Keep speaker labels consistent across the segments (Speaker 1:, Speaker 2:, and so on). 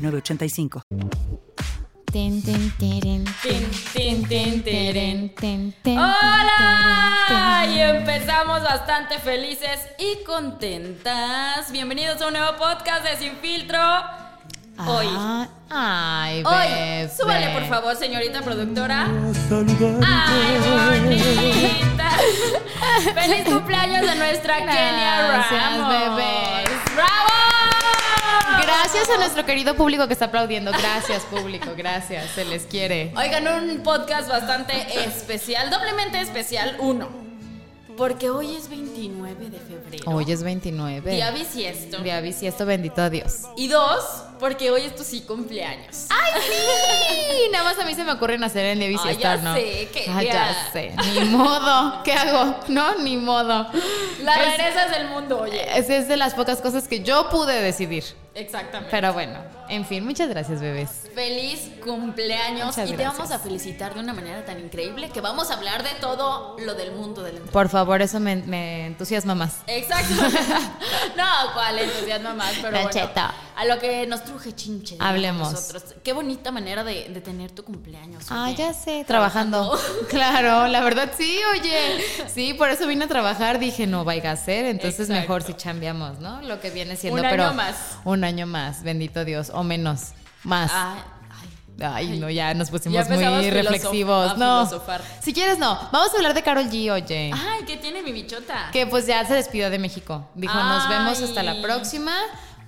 Speaker 1: 985.
Speaker 2: Ten, ten, teren,
Speaker 3: Tin, tin, tin, tirin.
Speaker 2: teren, ten, ten,
Speaker 3: ¡Hola!
Speaker 2: ten,
Speaker 3: Y
Speaker 2: ten, ten.
Speaker 3: empezamos bastante felices y contentas. Bienvenidos a un nuevo podcast de Sin Filtro. Hoy.
Speaker 2: Ah, Ay,
Speaker 3: Hoy,
Speaker 2: bebé.
Speaker 3: súbale por favor, señorita productora.
Speaker 4: saludar.
Speaker 3: ¡Ay, bonita! ¡Feliz cumpleaños a nuestra Kenia
Speaker 2: Gracias,
Speaker 3: Ramos!
Speaker 2: bebé.
Speaker 3: ¡Bravo!
Speaker 2: Gracias a nuestro querido público que está aplaudiendo. Gracias, público. Gracias. Se les quiere.
Speaker 3: Oigan, un podcast bastante especial, doblemente especial, uno. Porque hoy es 29 de febrero.
Speaker 2: Hoy es 29.
Speaker 3: Día bisiesto.
Speaker 2: Día bisiesto, bendito a Dios.
Speaker 3: Y dos, porque hoy es tu sí cumpleaños.
Speaker 2: ¡Ay, sí! Nada más a mí se me ocurre nacer en el día bisiesto,
Speaker 3: ya
Speaker 2: ¿no?
Speaker 3: sé, qué
Speaker 2: Ah,
Speaker 3: día.
Speaker 2: ya sé. Ni modo. ¿Qué hago? No, ni modo.
Speaker 3: La
Speaker 2: Es-
Speaker 3: regresas del mundo, oye.
Speaker 2: Es, es de las pocas cosas que yo pude decidir.
Speaker 3: Exactamente.
Speaker 2: Pero bueno, en fin, muchas gracias, bebés.
Speaker 3: Feliz cumpleaños
Speaker 2: Muchas
Speaker 3: y te
Speaker 2: gracias.
Speaker 3: vamos a felicitar de una manera tan increíble que vamos a hablar de todo lo del mundo del entretenimiento.
Speaker 2: Por favor, eso me, me entusiasma más.
Speaker 3: Exacto. no, cuál entusiasmo más, pero bueno,
Speaker 2: Nacheta.
Speaker 3: a lo que nos truje chinche. de
Speaker 2: Hablemos.
Speaker 3: Nosotros. Qué bonita manera de, de tener tu cumpleaños.
Speaker 2: Ah,
Speaker 3: oye.
Speaker 2: ya sé, trabajando. Claro, la verdad sí, oye. Sí, por eso vine a trabajar, dije, no vaya a ser, entonces
Speaker 3: Exacto.
Speaker 2: mejor si chambeamos, ¿no? Lo que viene siendo,
Speaker 3: Un año
Speaker 2: pero
Speaker 3: más.
Speaker 2: un año más, bendito Dios, o menos, más.
Speaker 3: Ah, ay.
Speaker 2: Ay, no, ya nos
Speaker 3: Ya
Speaker 2: pusimos
Speaker 3: empezamos
Speaker 2: muy
Speaker 3: filosof-
Speaker 2: reflexivos.
Speaker 3: a
Speaker 2: No.
Speaker 3: filosofar. Ah.
Speaker 2: Si quieres, no. Vamos a hablar de Carol G, oye.
Speaker 3: Ay, ¿qué tiene mi bichota?
Speaker 2: Que pues ya se despidió de México. Dijo, nos vemos hasta la
Speaker 3: Ay.
Speaker 2: próxima.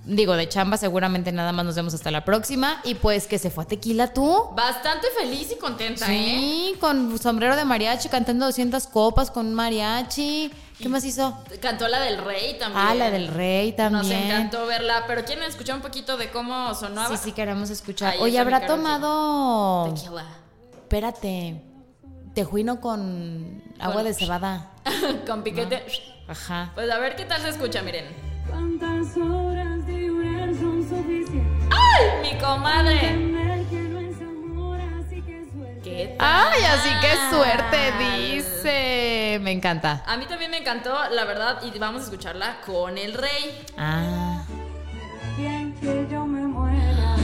Speaker 2: Digo, de chamba seguramente nada más nos vemos hasta la próxima. Y pues que se fue a Tequila tú.
Speaker 3: Bastante feliz y contenta, ¿eh?
Speaker 2: Sí, con sombrero de mariachi, cantando 200 copas con un mariachi. ¿Qué más hizo?
Speaker 3: ¿eh? Cantó la del rey también.
Speaker 2: Ah, la del rey también.
Speaker 3: Nos encantó verla, pero ¿quieren escuchar un poquito de cómo sonaba?
Speaker 2: Sí, sí, queremos escuchar.
Speaker 3: Ahí
Speaker 2: Oye,
Speaker 3: está mi
Speaker 2: ¿habrá
Speaker 3: Karol G.
Speaker 2: tomado...?
Speaker 3: Tequila.
Speaker 2: Espérate. Tejuino con agua
Speaker 3: Con-
Speaker 2: de cebada.
Speaker 3: Con piquete.
Speaker 2: Ajá.
Speaker 3: Pues a ver qué tal se escucha, miren.
Speaker 5: ¿Cuántas horas de orar son suficientes?
Speaker 3: Mi comadre.
Speaker 5: Entender que no es amor, así que suerte.
Speaker 3: ¿Qué tal?
Speaker 2: Ay, así que suerte, dice. Me encanta.
Speaker 3: A mí también me encantó, la verdad, y vamos a escucharla con el rey.
Speaker 2: Ah.
Speaker 5: Bien que yo me muera.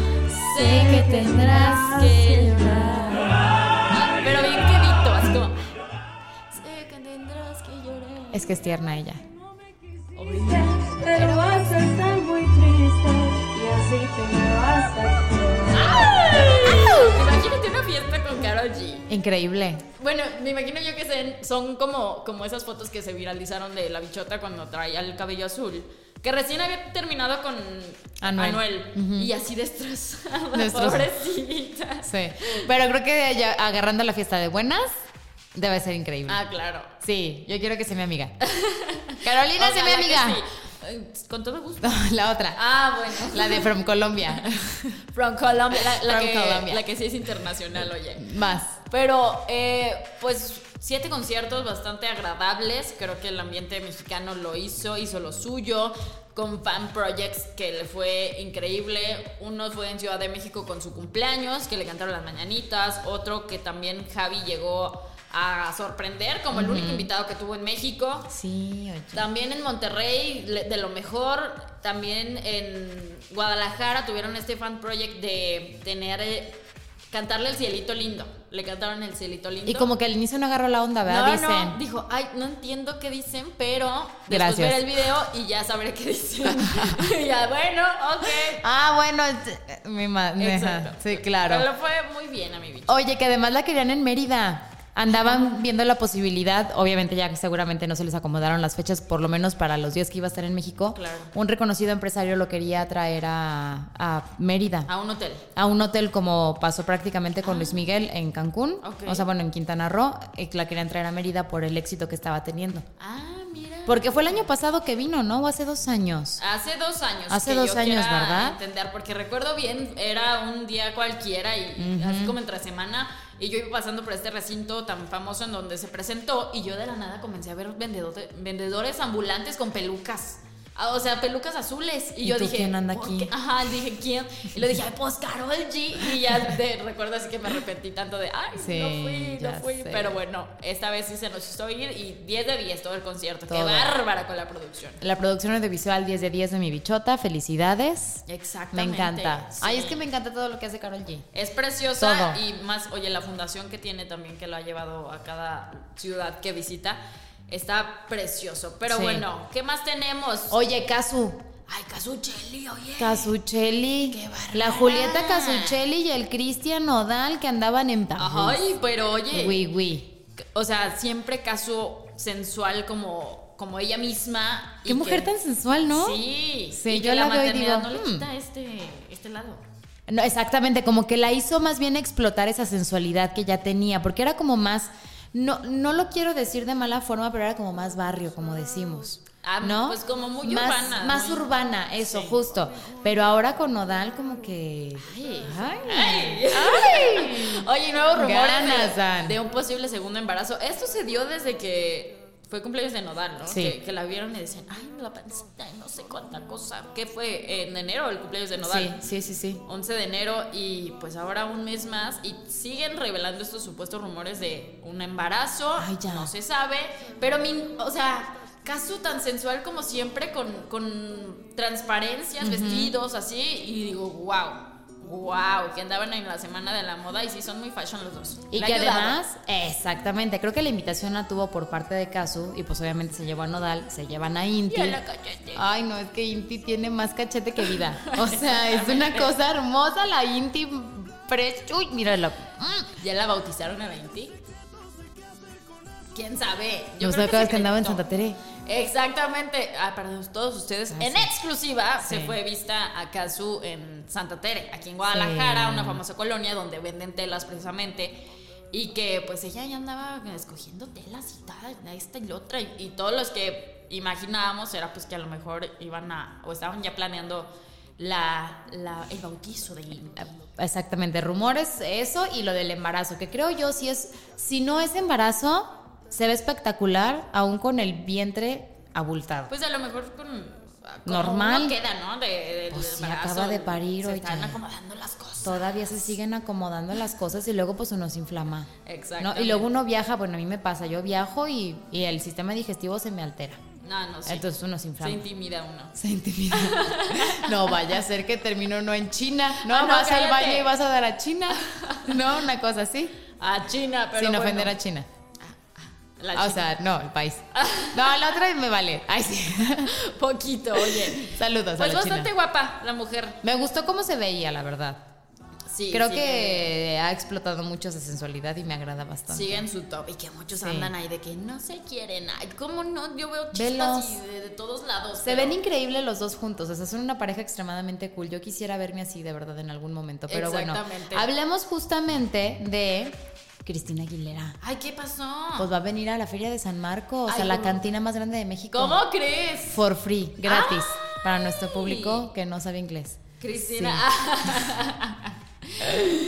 Speaker 3: Sé que tendrás que llorar. Ah, Pero bien quedito, así como. Sé que tendrás que llorar.
Speaker 2: Es que es tierna ella.
Speaker 5: Pero vas a estar muy triste. Y así te me vas a acordar.
Speaker 3: Imagínate una fiesta con Karol G.
Speaker 2: Increíble.
Speaker 3: Bueno, me imagino yo que se- son como, como esas fotos que se viralizaron de la bichota cuando traía el cabello azul. Que recién había terminado con Anuel.
Speaker 2: Anuel.
Speaker 3: Y así destrozada,
Speaker 2: Destrozada.
Speaker 3: pobrecita.
Speaker 2: Sí. Pero creo que de allá- agarrando la fiesta de buenas debe ser increíble.
Speaker 3: Ah, claro.
Speaker 2: Sí, yo quiero que sea mi amiga. Carolina, sea mi
Speaker 3: Ojalá que
Speaker 2: amiga.
Speaker 3: sí. Eh, Con todo gusto.
Speaker 2: La otra.
Speaker 3: Ah, bueno.
Speaker 2: La de From Colombia.
Speaker 3: From Colombia. La, la
Speaker 2: From
Speaker 3: que,
Speaker 2: Colombia.
Speaker 3: la que sí es internacional, oye.
Speaker 2: Más.
Speaker 3: Pero, eh, pues, siete conciertos bastante agradables. Creo que el ambiente mexicano lo hizo, hizo lo suyo. Con fan projects que le fue increíble. Uno fue en Ciudad de México con su cumpleaños, que le cantaron las mañanitas. Otro que también Javi llegó a sorprender, como el único invitado que tuvo en México.
Speaker 2: Sí, oye.
Speaker 3: También en Monterrey, le- de lo mejor. También en Guadalajara tuvieron este fan project de tener. eh, cantarle el cielito lindo. Le cantaron el cielito lindo.
Speaker 2: Y como que al inicio no agarró la onda, ¿verdad?
Speaker 3: No,
Speaker 2: Dicen.
Speaker 3: no, dijo, ay, no entiendo qué dicen, pero después
Speaker 2: Gracias.
Speaker 3: ver el video y ya sabré qué dicen. y ya, bueno, ok.
Speaker 2: Ah, bueno, es- mi ma-
Speaker 3: Exacto.
Speaker 2: ajá, Sí, claro.
Speaker 3: Pero le fue muy bien a mi bicho.
Speaker 2: Oye, que además la querían en Mérida. Andaban viendo la posibilidad, obviamente ya que seguramente no se les acomodaron las fechas, por lo menos para los días que iba a estar en México.
Speaker 3: Claro.
Speaker 2: Un reconocido empresario lo quería traer a, a Mérida,
Speaker 3: A un hotel.
Speaker 2: a un hotel como pasó prácticamente con Luis Miguel en Cancún,
Speaker 3: Ah. Ok.
Speaker 2: o sea, bueno, en Quintana Roo, y la querían traer a Mérida por el éxito que estaba teniendo.
Speaker 3: Ah, mira.
Speaker 2: Porque fue el año pasado que vino, ¿no? O hace dos años.
Speaker 3: Hace dos años.
Speaker 2: Hace
Speaker 3: que
Speaker 2: dos
Speaker 3: yo
Speaker 2: años,
Speaker 3: quiera
Speaker 2: ¿verdad?
Speaker 3: Entender, porque recuerdo bien, era un día cualquiera y así como entre semana. Y yo iba pasando por este recinto tan famoso en donde se presentó y yo de la nada comencé a ver vendedor- vendedores ambulantes con pelucas. Ah, O sea, pelucas azules. Y,
Speaker 2: ¿Y
Speaker 3: yo
Speaker 2: tú
Speaker 3: dije.
Speaker 2: quién anda
Speaker 3: ¿por
Speaker 2: aquí?
Speaker 3: qué? Ajá, dije, ¿quién? Y le dije, ay, pues Carol G. Y ya de- recuerdo así que me arrepentí tanto de, ay,
Speaker 2: Sí,
Speaker 3: no fui, no
Speaker 2: ya
Speaker 3: fui.
Speaker 2: sé.
Speaker 3: Pero bueno, esta vez sí se nos hizo ir y 10 de 10 todo el concierto. Qué
Speaker 2: Todo.
Speaker 3: bárbara con la producción.
Speaker 2: La producción audiovisual 10 de 10 de mi bichota. Felicidades. Me
Speaker 3: Exactamente.
Speaker 2: encanta.
Speaker 3: sí.
Speaker 2: Ay, es que me encanta todo lo que hace Carol G.
Speaker 3: Es preciosa
Speaker 2: Todo.
Speaker 3: y más, oye, la fundación que tiene también, que lo ha llevado a cada ciudad que visita, está precioso. Pero
Speaker 2: Sí.
Speaker 3: bueno, ¿qué más tenemos?
Speaker 2: Oye, Casu.
Speaker 3: Ay, Casuchelli, oye.
Speaker 2: Casuchelli. La Julieta Casuchelli y el Cristian Nodal que andaban en París.
Speaker 3: Ay, pero oye,
Speaker 2: Uy, uy.
Speaker 3: o sea, siempre caso sensual como, como ella misma. y
Speaker 2: Qué mujer
Speaker 3: que-
Speaker 2: tan sensual, ¿no?
Speaker 3: Sí,
Speaker 2: Sí,
Speaker 3: y que
Speaker 2: yo la veo y
Speaker 3: maternidad
Speaker 2: digo,
Speaker 3: no
Speaker 2: "Hmm".
Speaker 3: le quita este, este lado.
Speaker 2: No, exactamente, como que la hizo más bien explotar esa sensualidad que ya tenía, porque era como más, no, no lo quiero decir de mala forma, pero era como más barrio, como decimos.
Speaker 3: Ah,
Speaker 2: ¿no?
Speaker 3: pues como muy
Speaker 2: Más-
Speaker 3: urbana,
Speaker 2: Más
Speaker 3: muy-
Speaker 2: urbana, eso,
Speaker 3: Sí.
Speaker 2: justo. Pero ahora con Nodal, como que.
Speaker 3: Ay,
Speaker 2: ay,
Speaker 3: Oye, nuevos rumores
Speaker 2: Ganas,
Speaker 3: de,
Speaker 2: Dan.
Speaker 3: de un posible segundo embarazo. Esto se dio desde que fue cumpleaños de Nodal, ¿no?
Speaker 2: Sí.
Speaker 3: Que, que la vieron y decían, ay, la pancita, y no sé cuánta cosa. ¿Qué fue? En enero el cumpleaños de Nodal.
Speaker 2: Sí, sí, sí, sí.
Speaker 3: 11 de enero y pues ahora un mes más y siguen revelando estos supuestos rumores de un embarazo,
Speaker 2: Ay, ya.
Speaker 3: no se sabe, pero mi, o sea, caso tan sensual como siempre con, con transparencias, vestidos así y digo, wow. Wow, que andaban en la semana de la moda y sí son muy fashion los dos.
Speaker 2: Y
Speaker 3: Le
Speaker 2: que
Speaker 3: ayudaron.
Speaker 2: además, exactamente, creo que la invitación la tuvo por parte de Casu y pues obviamente se llevó a Nodal, se llevan a Inti.
Speaker 3: Y a la cachete.
Speaker 2: Ay, no, es que Inti tiene más cachete que vida. O sea, es una cosa hermosa la Inti. Fresh. Uy, míralo. Mm.
Speaker 3: ¿Ya la bautizaron a 20? ¿Quién sabe?
Speaker 2: Los
Speaker 3: creo
Speaker 2: acabas
Speaker 3: se
Speaker 2: que andaba en
Speaker 3: calentó.
Speaker 2: Santa Tere.
Speaker 3: Exactamente. Ah, para todos ustedes, en
Speaker 2: Ah, sí.
Speaker 3: exclusiva se
Speaker 2: Sí.
Speaker 3: fue vista a Kazu en Santa Tere, aquí en Guadalajara,
Speaker 2: Sí.
Speaker 3: una famosa colonia donde venden telas precisamente. Y que pues ella ya andaba escogiendo telas y tal, esta y la otra. Y, y todos los que imaginábamos era pues que a lo mejor iban a, o estaban ya planeando la, la- el bautizo de
Speaker 2: Ah.
Speaker 3: Inti.
Speaker 2: Exactamente, rumores, eso y lo del embarazo, que creo yo si es, si no es embarazo, se ve espectacular, aún con el vientre abultado.
Speaker 3: Pues a lo mejor con. como
Speaker 2: Normal.
Speaker 3: uno queda, ¿no? De, de-
Speaker 2: Pues
Speaker 3: del
Speaker 2: sí,
Speaker 3: embarazo,
Speaker 2: acaba de parir,
Speaker 3: Se
Speaker 2: oye.
Speaker 3: están acomodando las cosas.
Speaker 2: Todavía se siguen acomodando las cosas y luego pues uno se inflama.
Speaker 3: Exacto.
Speaker 2: ¿no? Y luego uno viaja, bueno, a mí me pasa, yo viajo y, y el sistema digestivo se me altera.
Speaker 3: No, no sé.
Speaker 2: Entonces uno se
Speaker 3: se
Speaker 2: inflama.
Speaker 3: intimida uno.
Speaker 2: Se intimida. No vaya a ser que termino no en China. No,
Speaker 3: Ah, no,
Speaker 2: vas
Speaker 3: cállate.
Speaker 2: al baño y vas a dar a China. No, una cosa así.
Speaker 3: A China, pero.
Speaker 2: sin
Speaker 3: bueno.
Speaker 2: ofender a China.
Speaker 3: La
Speaker 2: Ah, O
Speaker 3: China.
Speaker 2: sea, no, el país. No, la otra me vale. Ay, sí.
Speaker 3: poquito, oye.
Speaker 2: Saludos a
Speaker 3: Pues
Speaker 2: la
Speaker 3: bastante
Speaker 2: China.
Speaker 3: guapa la mujer.
Speaker 2: Me gustó cómo se veía, la verdad.
Speaker 3: Sí.
Speaker 2: Creo
Speaker 3: sigue-
Speaker 2: que ha explotado mucho esa sensualidad y me agrada bastante.
Speaker 3: Sigue en su top y que muchos
Speaker 2: Sí.
Speaker 3: andan ahí de que no se quieren. Ay, ¿cómo no? Yo veo
Speaker 2: Velos.
Speaker 3: chispas y de, de todos lados.
Speaker 2: Se
Speaker 3: pero-
Speaker 2: ven increíbles los dos juntos, o sea, son una pareja extremadamente cool. Yo quisiera verme así de verdad en algún momento, pero bueno,
Speaker 3: Exactamente.
Speaker 2: hablemos justamente de Cristina Aguilera.
Speaker 3: Ay, ¿qué pasó?
Speaker 2: Pues va a venir a la Feria de San Marcos,
Speaker 3: Ay,
Speaker 2: a la
Speaker 3: ¿cómo?
Speaker 2: cantina más grande de México.
Speaker 3: ¿Cómo Ah. crees?
Speaker 2: For free, gratis, para nuestro público que no sabe inglés.
Speaker 3: Cristina.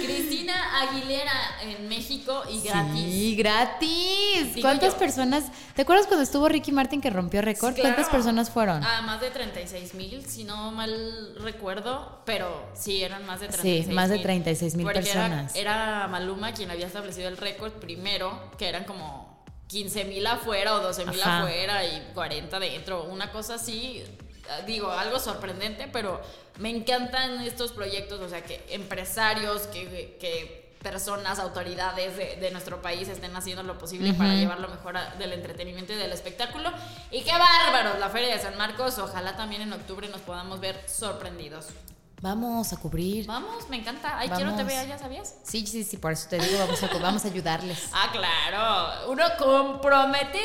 Speaker 3: Cristina Aguilera en México y gratis.
Speaker 2: Sí, gratis.
Speaker 3: Digo
Speaker 2: ¿Cuántas
Speaker 3: yo.
Speaker 2: personas? ¿Te acuerdas cuando estuvo Ricky Martin que rompió récord?
Speaker 3: Claro.
Speaker 2: ¿Cuántas personas fueron?
Speaker 3: Ah, más de 36 mil, si no mal recuerdo, pero sí, eran más de
Speaker 2: Sí,
Speaker 3: 36
Speaker 2: más de 36,000
Speaker 3: Porque era-
Speaker 2: personas.
Speaker 3: Era, Maluma quien había establecido el récord primero, que eran como 15 mil afuera o 12 mil
Speaker 2: Ajá.
Speaker 3: afuera y 40 dentro, una cosa así. ah, Digo, algo sorprendente, pero me encantan estos proyectos, o sea, que empresarios, que, que personas, autoridades de, de nuestro país estén haciendo lo posible para llevar lo mejor a- del entretenimiento y del espectáculo. Y qué bárbaros, la Feria de San Marcos, ojalá también en octubre nos podamos ver sorprendidos.
Speaker 2: Vamos a cubrir.
Speaker 3: Vamos, me encanta. Ay, quiero
Speaker 2: Vamos.
Speaker 3: te vea, ¿ya sabías?
Speaker 2: Sí, sí, sí, por eso te digo, vamos a, cu- vamos a ayudarles.
Speaker 3: Ah, claro, uno comprometido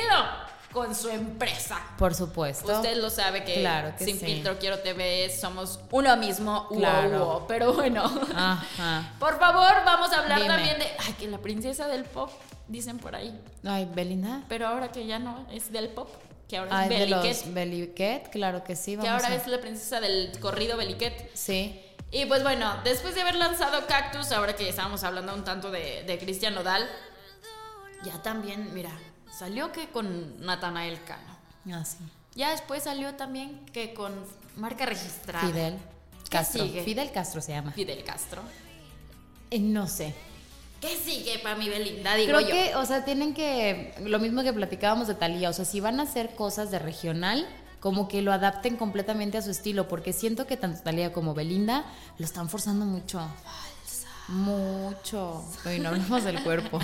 Speaker 3: con su empresa.
Speaker 2: Por supuesto.
Speaker 3: Usted lo sabe que,
Speaker 2: Claro que
Speaker 3: Sin
Speaker 2: sí.
Speaker 3: Filtro Quiero TV somos uno mismo, uo,
Speaker 2: Claro.
Speaker 3: uo, pero bueno.
Speaker 2: Ajá.
Speaker 3: Por favor, vamos a hablar
Speaker 2: Dime.
Speaker 3: también de. Ay, que la princesa del pop, dicen por ahí.
Speaker 2: Ay, Belinda.
Speaker 3: Pero ahora que ya no es del pop, que ahora
Speaker 2: Ah,
Speaker 3: es
Speaker 2: es de los
Speaker 3: Beliquet,
Speaker 2: Beliquet, claro que sí.
Speaker 3: que
Speaker 2: Vamos
Speaker 3: ahora
Speaker 2: a-
Speaker 3: es la princesa del corrido Beliquet.
Speaker 2: Sí.
Speaker 3: Y pues bueno, después de haber lanzado Cactus, ahora que estábamos hablando un tanto de, de Cristian Nodal, ya también, mira, salió que con Natanael Cano.
Speaker 2: Así.
Speaker 3: Ya después salió también que con marca registrada.
Speaker 2: Fidel Castro.
Speaker 3: sigue?
Speaker 2: Fidel Castro se llama.
Speaker 3: Fidel Castro.
Speaker 2: Eh, no sé.
Speaker 3: ¿Qué sigue para mi Belinda? Digo
Speaker 2: Creo
Speaker 3: yo.
Speaker 2: que, o sea, tienen que. Lo mismo que platicábamos de Talía. O sea, si van a hacer cosas de regional, como que lo adapten completamente a su estilo. Porque siento que tanto Talía como Belinda lo están forzando mucho. Mucho. Y no hablamos del cuerpo.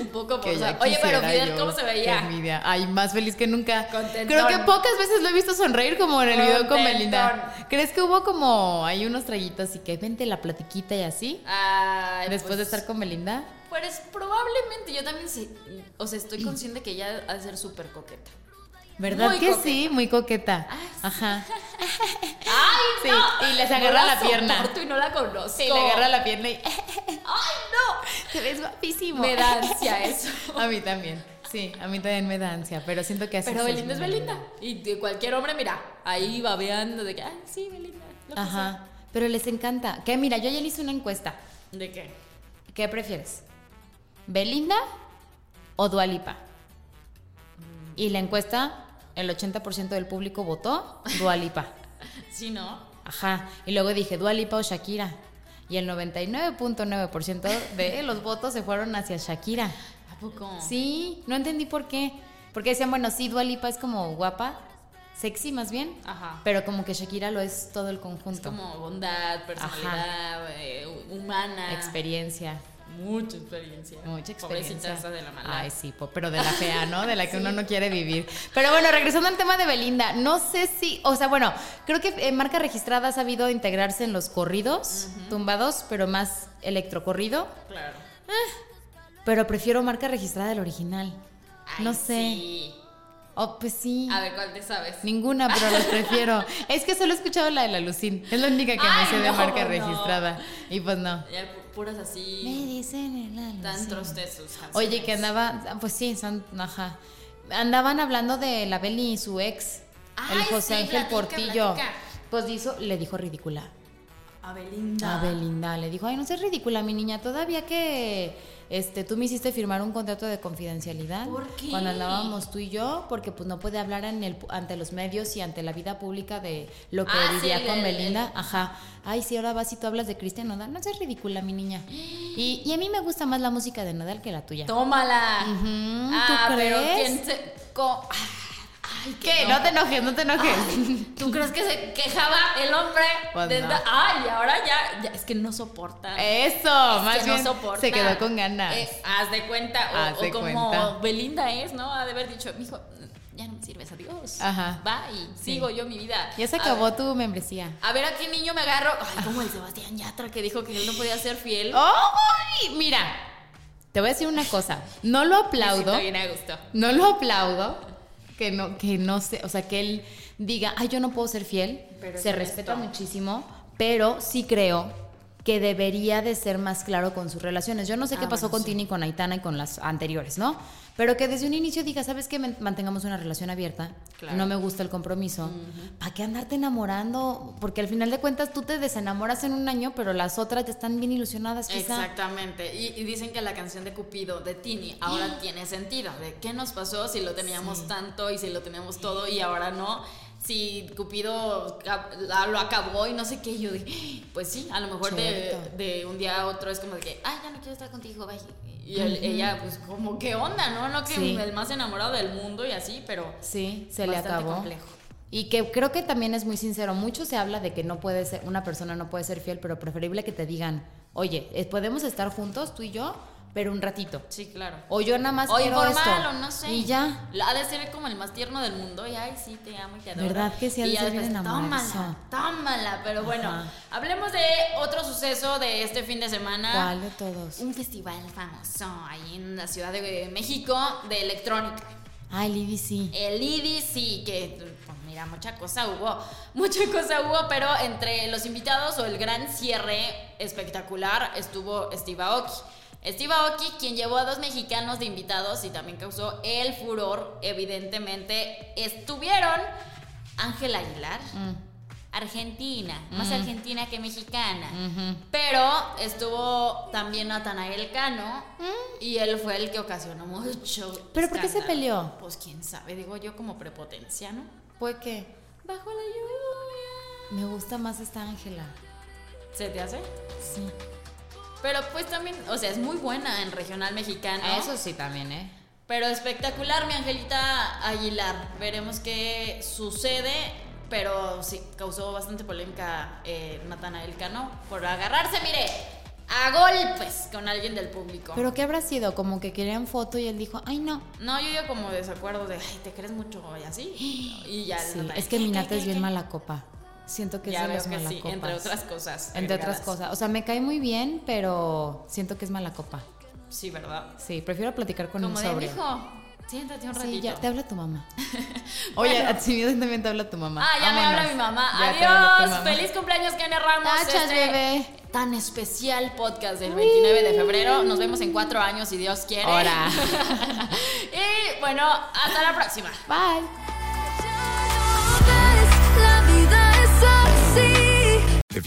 Speaker 3: un poco
Speaker 2: que
Speaker 3: forzado.
Speaker 2: ya
Speaker 3: Ah, Oye, pero
Speaker 2: quisiera
Speaker 3: Fidel,
Speaker 2: yo.
Speaker 3: ¿cómo se
Speaker 2: Qué
Speaker 3: veía?
Speaker 2: envidia. Ay, más feliz que nunca.
Speaker 3: Contentón.
Speaker 2: Creo que pocas veces lo he visto sonreír como en el video con
Speaker 3: Contentón.
Speaker 2: Belinda. ¿Crees que hubo como hay unos traguitos y que vente la platiquita y así?
Speaker 3: Ay,
Speaker 2: Después de
Speaker 3: pues,
Speaker 2: estar con Belinda.
Speaker 3: Pues probablemente yo también sé, o sea, estoy consciente que ella ha de ser súper coqueta.
Speaker 2: ¿Verdad
Speaker 3: Muy
Speaker 2: que
Speaker 3: coqueta.
Speaker 2: sí? Muy Ah, coqueta. Ajá.
Speaker 3: ¡Ay,
Speaker 2: Sí,
Speaker 3: no!
Speaker 2: y les agarra la pierna.
Speaker 3: soporto Y no la conozco.
Speaker 2: Sí, le agarra la pierna y "Ah,
Speaker 3: ¡Ay, no!
Speaker 2: te ves guapísimo.
Speaker 3: Me da ansia eso.
Speaker 2: A mí también. Sí, a mí también me da ansia, pero siento que así
Speaker 3: Pero
Speaker 2: soy.
Speaker 3: Belinda es Belinda. Y de cualquier hombre, mira, ahí babeando de que, ay, sí, Belinda. lo que
Speaker 2: Ajá. Pero les encanta. Que mira, yo ayer hice una encuesta.
Speaker 3: sea. ¿De qué?
Speaker 2: ¿Qué prefieres? ¿Belinda o Dualipa? Y la encuesta, el 80% del público votó Dualipa.
Speaker 3: Sí, ¿no?
Speaker 2: Ajá. Y luego dije Dualipa o Shakira. Y el 99.9% de los votos se fueron hacia Shakira.
Speaker 3: ¿A poco?
Speaker 2: Sí, no entendí por qué. Porque decían, bueno, sí, Dualipa es como guapa, sexy más bien.
Speaker 3: Ajá.
Speaker 2: Pero como que Shakira lo es todo el conjunto.
Speaker 3: Es como bondad, personalidad, eh, humana.
Speaker 2: experiencia.
Speaker 3: Mucha experiencia.
Speaker 2: Mucha
Speaker 3: Pobrecita
Speaker 2: experiencia.
Speaker 3: esa de la mala.
Speaker 2: Ay, sí, po- pero de la fea, ¿no? De la que uno no quiere vivir. Pero bueno, regresando al tema de Belinda, no sé si, o sea, bueno, creo que eh, Marca Registrada ha sabido integrarse en los corridos, tumbados, pero más electrocorrido.
Speaker 3: Claro.
Speaker 2: Pero prefiero Marca Registrada del original.
Speaker 3: Ay,
Speaker 2: no sé.
Speaker 3: sí.
Speaker 2: Oh, pues sí.
Speaker 3: A ver, ¿cuál te sabes?
Speaker 2: Ninguna, pero los prefiero. es que solo he escuchado la de la Lucín. Es la única que
Speaker 3: Ay,
Speaker 2: me sé de
Speaker 3: no,
Speaker 2: Marca
Speaker 3: no.
Speaker 2: Registrada. Y pues no.
Speaker 3: Ya pu- puras
Speaker 2: Me
Speaker 3: así.
Speaker 2: dicen el Alucín.
Speaker 3: Tan trostes sus canciones.
Speaker 2: Oye, que andaba, ah, pues sí, son- ajá. Andaban hablando de la Beli y su ex, el
Speaker 3: Ay,
Speaker 2: José
Speaker 3: sí,
Speaker 2: Ángel
Speaker 3: platica,
Speaker 2: Portillo.
Speaker 3: platica.
Speaker 2: Pues hizo, le dijo ridícula
Speaker 3: A Belinda.
Speaker 2: a Belinda, le dijo, ay, no seas ridícula, mi niña, todavía que este, tú me hiciste firmar un contrato de confidencialidad
Speaker 3: ¿Por qué?
Speaker 2: cuando andábamos tú y yo, porque pues no podía hablar en el, ante los medios y ante la vida pública de lo que
Speaker 3: Ah, sí,
Speaker 2: vivía
Speaker 3: el-
Speaker 2: con
Speaker 3: el-
Speaker 2: Belinda. Ajá, ay, sí, ahora vas y tú hablas de Cristian Nodal, no seas ridícula, mi niña. Y, y a mí me gusta más la música de Nodal que la tuya.
Speaker 3: Tómala.
Speaker 2: Ujú, ¿tú
Speaker 3: ah, pero
Speaker 2: crees?
Speaker 3: ¿quién se.? co- Ay,
Speaker 2: ¿Qué? No. te enojes, no te enojes.
Speaker 3: ¿Tú crees que se quejaba el hombre?
Speaker 2: Pues
Speaker 3: de
Speaker 2: no.
Speaker 3: esta- Ay, ahora ya, ya- Es que no soporta.
Speaker 2: Eso,
Speaker 3: Es
Speaker 2: más
Speaker 3: que
Speaker 2: bien
Speaker 3: no soporta.
Speaker 2: se quedó con ganas.
Speaker 3: Eh, haz de cuenta, o,
Speaker 2: Haz
Speaker 3: o
Speaker 2: de
Speaker 3: como
Speaker 2: cuenta.
Speaker 3: Belinda es, ¿no? Ha de haber dicho, mijo, ya no me sirves, adiós.
Speaker 2: Ajá.
Speaker 3: Va y sigo yo mi vida.
Speaker 2: ya se
Speaker 3: A
Speaker 2: acabó
Speaker 3: ver-
Speaker 2: tu membresía.
Speaker 3: A ver a qué niño me agarro. Ay, como el Sebastián Yatra que dijo que él no podía ser fiel.
Speaker 2: Oh, ¡Ay! Mira, te voy a decir una cosa. No lo
Speaker 3: Me siento
Speaker 2: aplaudo.
Speaker 3: bien a gusto.
Speaker 2: No lo aplaudo. Que no, que no sé, o sea, que él diga, ay, yo no puedo ser fiel.
Speaker 3: Pero
Speaker 2: se
Speaker 3: es
Speaker 2: respeta
Speaker 3: honesto.
Speaker 2: muchísimo, pero sí creo que debería de ser más claro con sus relaciones. Yo no sé qué
Speaker 3: Ah,
Speaker 2: pasó
Speaker 3: bueno,
Speaker 2: con Tini, con Aitana y con las anteriores, ¿no? Pero que desde un inicio diga, ¿sabes qué? Men- Mantengamos una relación abierta.
Speaker 3: Claro.
Speaker 2: No me gusta el compromiso. ¿Para qué andarte enamorando? Porque al final de cuentas tú te desenamoras en un año, pero las otras ya están bien ilusionadas, quizá.
Speaker 3: Exactamente. Y, y dicen que la canción de Cupido de Tini ahora tiene sentido. De qué nos pasó si lo teníamos tanto y si lo teníamos todo y ahora no. Si Cupido ca- la- lo acabó y no sé qué, Y yo dije, pues sí, a lo mejor de,
Speaker 2: Cierto.
Speaker 3: de un día a otro es como de que, ay, ya no quiero estar contigo, bye. Y él- ella, pues, como, ¿qué onda, no? No que
Speaker 2: Sí.
Speaker 3: el más enamorado del mundo y así, pero.
Speaker 2: Sí, se le
Speaker 3: bastante
Speaker 2: acabó.
Speaker 3: complejo.
Speaker 2: Y que creo que también es muy sincero. Mucho se habla de que no puede ser, una persona no puede ser fiel, pero preferible que te digan, oye, eh, podemos estar juntos, tú y yo, pero un ratito.
Speaker 3: Sí, claro.
Speaker 2: O yo nada más
Speaker 3: o
Speaker 2: quiero
Speaker 3: informal,
Speaker 2: esto.
Speaker 3: o no sé.
Speaker 2: Y ya.
Speaker 3: La- Ha de ser como el más tierno del mundo. Y ay, sí, te amo y te adoro.
Speaker 2: ¿Verdad que sí ha
Speaker 3: Y
Speaker 2: de
Speaker 3: ya
Speaker 2: ser bien
Speaker 3: después,
Speaker 2: enamoroso?
Speaker 3: Tómala, tómala. Pero bueno,
Speaker 2: Ajá.
Speaker 3: hablemos de otro suceso de este fin de semana.
Speaker 2: ¿Cuál de todos?
Speaker 3: Un festival famoso ahí en la Ciudad de México de electrónica.
Speaker 2: Ah, el IDC.
Speaker 3: El IDC, que pues mira, mucha cosa hubo, mucha cosa hubo, pero entre los invitados o el gran cierre espectacular estuvo Steve Aoki. Steve Aoki, quien llevó a dos mexicanos de invitados y también causó el furor, evidentemente, estuvieron Ángel Aguilar, Argentina, más argentina que mexicana. Pero estuvo también Natanael Cano y él fue el que ocasionó mucho.
Speaker 2: Mm. ¿Pero por qué se
Speaker 3: escándalo.
Speaker 2: peleó?
Speaker 3: Pues quién sabe, digo yo como prepotencia, ¿no?
Speaker 2: ¿Fue qué?
Speaker 3: Bajo la lluvia.
Speaker 2: Me gusta más esta Ángela.
Speaker 3: ¿Se te hace?
Speaker 2: Sí.
Speaker 3: Pero pues también, o sea, es muy buena en regional mexicano.
Speaker 2: A Eso sí también, ¿eh?
Speaker 3: Pero espectacular, mi Angelita Aguilar. Veremos qué sucede. Pero sí, causó bastante polémica eh, Natanael Cano por agarrarse, mire, a golpes con alguien del público.
Speaker 2: ¿Pero qué habrá sido? Como que querían foto y él dijo, ay no.
Speaker 3: no, yo digo como desacuerdo de, ay, te crees mucho y así. Y ya.
Speaker 2: Sí,
Speaker 3: Natanael,
Speaker 2: es que
Speaker 3: ¿qué,
Speaker 2: mi
Speaker 3: qué,
Speaker 2: nata
Speaker 3: qué,
Speaker 2: es bien
Speaker 3: qué?
Speaker 2: mala copa. Siento que
Speaker 3: Ya
Speaker 2: es de
Speaker 3: veo
Speaker 2: las
Speaker 3: que sí,
Speaker 2: malacopas.
Speaker 3: entre otras cosas.
Speaker 2: Entre otras
Speaker 3: agregadas.
Speaker 2: cosas. O sea, me cae muy bien, pero siento que es mala copa.
Speaker 3: Sí, ¿verdad?
Speaker 2: Sí, prefiero platicar con
Speaker 3: como
Speaker 2: un
Speaker 3: de,
Speaker 2: sobrio.
Speaker 3: hijo, siéntate un ratito.
Speaker 2: Sí, ya te habla tu mamá. Oye, a ti también te habla tu mamá.
Speaker 3: Ah, ya me
Speaker 2: Vámonos.
Speaker 3: habla mi mamá.
Speaker 2: Ya te habla tu
Speaker 3: Adiós.
Speaker 2: mamá.
Speaker 3: Feliz cumpleaños, Kenia Ramos. Este,
Speaker 2: Tachas, bebé.
Speaker 3: Tan especial podcast del 29 de febrero. Nos vemos en cuatro años, si Dios quiere.
Speaker 2: Ahora.
Speaker 3: y bueno, hasta la próxima.
Speaker 2: Bye.
Speaker 4: La vida es así.
Speaker 6: If